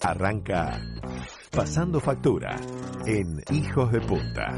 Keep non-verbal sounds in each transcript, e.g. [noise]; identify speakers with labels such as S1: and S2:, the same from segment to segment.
S1: Arranca Pasando Factura en Hijos de Punta.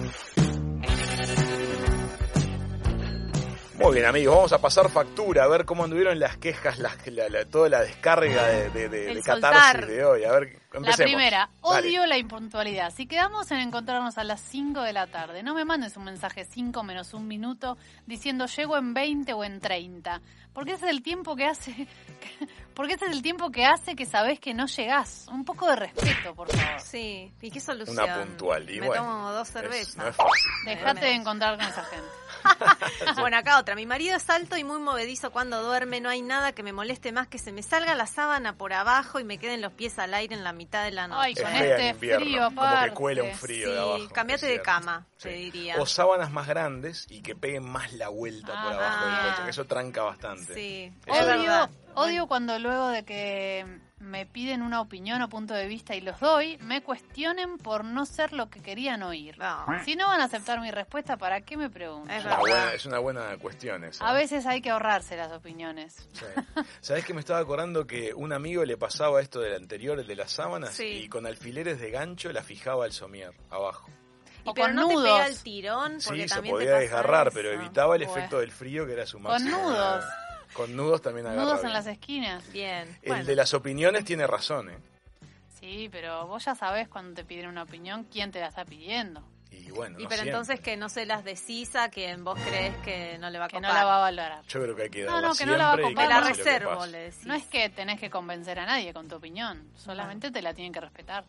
S2: Muy bien, amigos, vamos a pasar factura, a ver cómo anduvieron las quejas, las- la- la- toda la descarga de, de, de-
S3: El
S2: de
S3: soltar.
S2: catarsis de hoy. A ver, empecemos.
S3: La primera,
S2: Dale.
S3: odio la impuntualidad. Si quedamos en encontrarnos a las 5 de la tarde, no me mandes un mensaje 5 menos un minuto diciendo llego en 20 o en 30, porque ese es el tiempo que hace [laughs] porque ese es el tiempo que hace que sabés que no llegás. Un poco de respeto, por favor.
S4: Sí, ¿y qué solución?
S2: Una puntual, y
S4: Me
S2: bueno,
S4: tomo dos cervezas.
S2: Es- no es [laughs] fácil.
S3: Dejate de encontrar con esa gente.
S4: Bueno, acá otra. Mi marido es alto y muy movedizo cuando duerme. No hay nada que me moleste más que se me salga la sábana por abajo y me queden los pies al aire en la mitad de la noche.
S3: Ay,
S2: Es
S3: con
S2: fea en
S3: este
S2: invierno,
S3: frío
S2: como que
S3: aparte.
S2: cuela un frío de
S4: Sí,
S2: abajo.
S4: cambiate
S2: es
S4: de
S2: cierto.
S4: cama, te diría.
S2: O sábanas más grandes y que peguen más la vuelta por
S3: Ah.
S2: abajo del colchón, que eso tranca bastante.
S4: Sí,
S2: Es Odio-
S4: verdad.
S3: Odio, odio cuando luego de que me piden una opinión o punto de vista y los doy, me cuestionen por no ser lo que querían oír.
S4: No,
S3: Si no van a aceptar mi respuesta, ¿para qué me
S4: Ah. Es
S3: preguntan?
S2: Es una, buena,
S4: verdad.
S2: es una buena cuestión esa.
S3: A veces hay que ahorrarse las opiniones.
S2: Sí. ¿Sabés que me estaba acordando que un amigo le pasaba esto del anterior, el de las sábanas,
S4: Sí.
S2: y con alfileres de gancho la fijaba al somier abajo.
S4: Y
S3: O
S4: pero
S3: con
S4: no te
S3: nudos.
S4: pega el tirón porque
S2: sí, se
S4: también
S2: podía
S4: te
S2: desgarrar, pero evitaba el
S3: Bueno.
S2: efecto del frío que era su máximo.
S3: nudos.
S2: Con nudos también agarra
S3: Nudos en
S2: bien.
S3: las e- esquinas.
S4: Bien.
S2: El
S4: bueno.
S2: de las opiniones tiene razón, ¿eh?
S3: Sí, pero vos ya sabés cuando te piden una opinión quién te la está pidiendo.
S2: Y bueno,
S4: Y
S2: no
S4: pero
S2: siempre.
S4: entonces que no se las decisa quien vos crees que no le va a
S3: Que
S4: copar.
S3: no la va a valorar.
S2: Yo creo que hay que
S3: No,
S2: darla
S3: no, que no
S2: siempre
S3: la va a
S2: y
S3: comprar.
S2: que
S4: Me la
S2: pase lo que
S4: reservo,
S2: pase.
S4: le decís.
S3: No es que tenés que convencer a nadie con tu opinión, solamente te la tienen que respetar.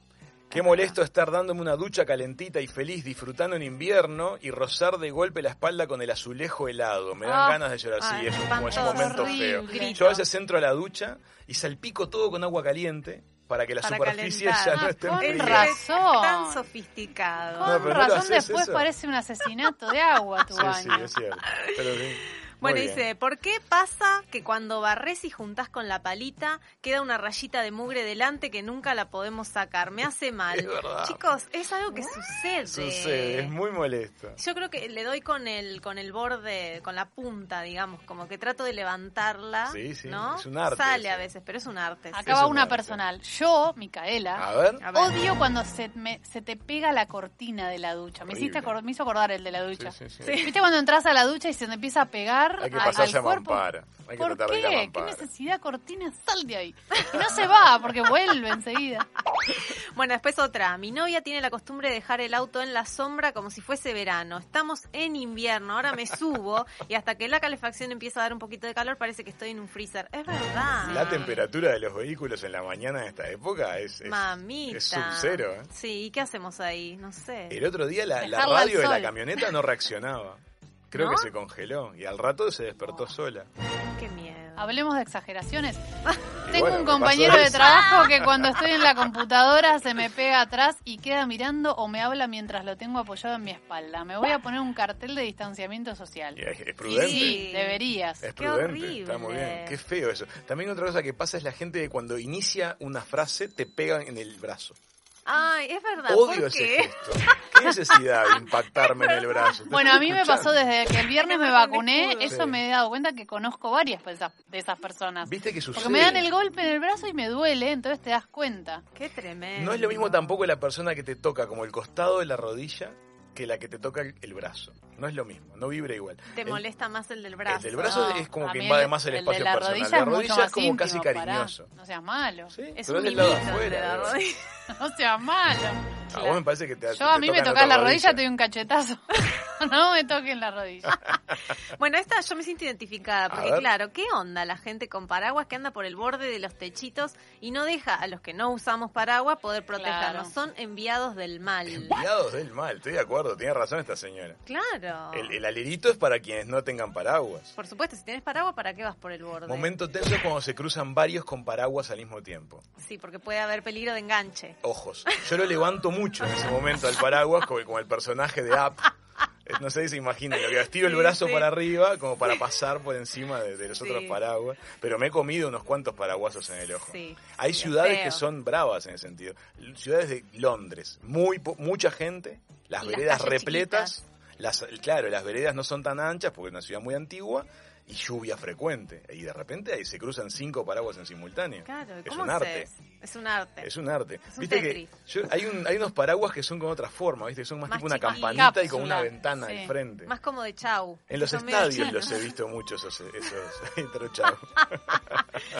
S2: Qué molesto estar dándome una ducha calentita y feliz disfrutando en invierno y rozar de golpe la espalda con el azulejo helado. Me dan
S3: Ah,
S2: ganas de llorar. Sí, es
S4: ay,
S2: un, es un
S4: espantoso,
S2: momento
S3: horrible.
S2: feo.
S3: Grito.
S2: Yo a veces entro a la ducha y salpico todo con agua caliente para que la
S4: Para
S2: superficie
S4: calentar.
S2: ya no
S3: Ah,
S2: esté
S3: con
S2: fría.
S3: razón.
S4: Tan sofisticado.
S2: No,
S3: Con
S2: pero no lo
S3: razón
S2: haces
S3: después
S2: eso.
S3: parece un asesinato de agua tu
S2: [laughs] Sí, sí,
S3: baño.
S2: es cierto. Pero
S3: [laughs]
S2: sí.
S4: Bueno,
S2: Muy bien.
S4: dice, ¿por qué pasa que cuando barres y juntás con la palita queda una rayita de mugre delante que nunca la podemos sacar? Me hace mal.
S2: Es [laughs] verdad.
S4: Chicos, es algo que
S3: eh,
S4: sucede.
S2: Ah. Sucede, es muy molesto.
S4: Yo creo que le doy con el con el borde, con la punta, digamos, como que trato de levantarla.
S2: Sí, sí,
S4: ¿no?
S2: es un arte
S4: Sale
S2: ese.
S4: a veces, pero es un arte. sí.
S3: Acá va
S2: Eso no,
S3: una
S2: sí.
S3: personal. Yo, Micaela,
S2: A ver.
S4: A ver.
S3: Odio cuando se, me- se te pega la cortina de la ducha. Me, hiciste
S2: Horrible.
S3: acor- me hizo acordar el de la ducha.
S2: Sí, sí, sí.
S3: ¿Viste cuando entras a la ducha y se te empieza a pegar
S2: Hay que
S3: al-
S2: pasar
S3: al
S2: a
S3: cuerpo?
S2: mampara. Hay que
S3: ¿Por
S2: tratar de ir a
S3: qué? ¿Qué
S2: mampara.
S3: necesidad cortina? Sal de ahí. Y no se va porque vuelve enseguida.
S4: Bueno, después otra. Mi novia tiene la costumbre de dejar el auto en la sombra como si fuese verano. Estamos en invierno, ahora me subo y hasta que la calefacción empieza a dar un poquito de calor parece que estoy en un freezer. Es verdad.
S2: Mm. La temperatura de los vehículos en la mañana de esta época es, es,
S4: Mamita.
S2: es sub-cero. ¿eh?
S4: Sí, ¿y qué hacemos ahí? No sé.
S2: El otro día la, la
S3: Dejarla al
S2: radio de la
S3: sol.
S2: camioneta no reaccionaba. Creo
S4: ¿No?
S2: que se congeló y al rato se despertó
S3: Oh.
S2: sola.
S4: Qué miedo.
S3: Hablemos de exageraciones.
S2: Y
S3: Tengo
S2: bueno,
S3: un
S2: me pasó
S3: compañero
S2: [laughs]
S3: de
S2: eso.
S3: trabajo que cuando estoy en la computadora se me pega atrás y queda mirando o me habla mientras lo tengo apoyado en mi espalda. Me voy a poner un cartel de distanciamiento social.
S2: Y Es, es prudente.
S3: Sí, deberías.
S2: Es
S4: Qué
S2: prudente,
S4: horrible.
S2: está muy bien. Qué feo eso. También otra cosa que pasa es la gente que cuando inicia una frase te pegan en el brazo.
S4: Ay, es verdad.
S2: Odio
S4: ¿Por
S2: ese
S4: qué?
S2: gesto. Qué necesidad de impactarme en el brazo. Te
S3: Bueno, a
S2: estoy
S3: mí me
S2: escuchando.
S3: pasó desde que el viernes me
S4: Además, con
S3: vacuné,
S4: escudo.
S3: eso
S2: Sí.
S3: me he dado cuenta que conozco varias de esas, de esas personas.
S2: ¿Viste que sucede?
S3: Porque me dan el golpe en el brazo y me duele, entonces te das cuenta.
S4: Qué tremendo.
S2: No es lo mismo tampoco la persona que te toca como el costado de la rodilla que la que te toca el- el brazo. No es lo mismo, no vibra igual.
S4: Te
S2: El-
S4: molesta más el del brazo.
S2: del brazo
S3: No,
S2: es como
S3: a
S2: que
S3: mí
S2: invade más el espacio
S3: de la
S2: personal.
S3: Rodilla
S2: La
S3: es mucho
S2: rodilla es
S3: más
S2: como
S3: íntimo,
S2: casi
S3: pará.
S2: cariñoso.
S3: no seas malo.
S2: Sí,
S4: Es
S2: pero
S4: un
S2: del lado
S4: mimito
S2: de
S4: el de
S2: afuera,
S4: la
S2: ¿no?
S4: rodilla.
S3: [laughs] No seas malo.
S2: A Ah, vos me parece que te
S3: Yo a
S2: te
S3: mí me
S2: tocan
S3: tocas
S2: otra
S3: la rodilla, te doy un cachetazo. [laughs] No me toquen la rodilla.
S4: Bueno, esta yo me siento identificada,
S2: A
S4: porque
S2: ver.
S4: claro, ¿qué onda la gente con paraguas que anda por el borde de los techitos y no deja a los que no usamos paraguas poder
S3: Claro.
S4: protegernos? Son enviados del mal.
S2: Enviados del mal, estoy de acuerdo, tiene razón esta señora.
S3: Ah.
S4: Claro.
S2: El, el alerito es para quienes no tengan paraguas.
S4: Por supuesto, si tienes paraguas, ¿para qué vas por el borde?
S2: Momento tenso es cuando se cruzan varios con paraguas al mismo tiempo.
S4: Sí, porque puede haber peligro de enganche.
S2: Ojos. Yo lo levanto mucho en ese momento al paraguas, como, como el personaje de App. Es- No sé si se imaginan, lo que estiro el
S4: Sí,
S2: brazo
S4: sí.
S2: para arriba como para pasar por encima de, de los otros
S4: Sí.
S2: paraguas. Pero me he comido unos cuantos paraguasos en el ojo.
S4: Sí.
S2: Hay
S4: sí,
S2: ciudades
S4: feo.
S2: que son bravas en ese sentido. L- Ciudades de Londres, muy po- mucha gente, las
S4: Y las
S2: veredas
S4: calles
S2: repletas. Las, claro, las veredas no son tan anchas porque es una ciudad muy antigua y lluvia frecuente. Y de repente ahí se cruzan cinco paraguas en simultáneo.
S4: Claro, ¿y
S2: es
S4: ¿cómo
S2: un arte.
S4: haces? Es un arte.
S2: Es un arte.
S4: Es un
S2: Viste que
S4: Tetris.
S2: yo- hay, un- hay unos paraguas que son con otra forma, ¿viste? Son más,
S4: Más
S2: tipo una
S4: chiquitos.
S2: campanita y con
S3: Cápsula,
S2: una ventana
S3: sí.
S2: al frente.
S4: Más como de chau.
S2: En los
S4: Son medio
S2: estadios
S4: chinos.
S2: [laughs]
S4: [laughs]
S2: los he visto mucho esos, esos trochados.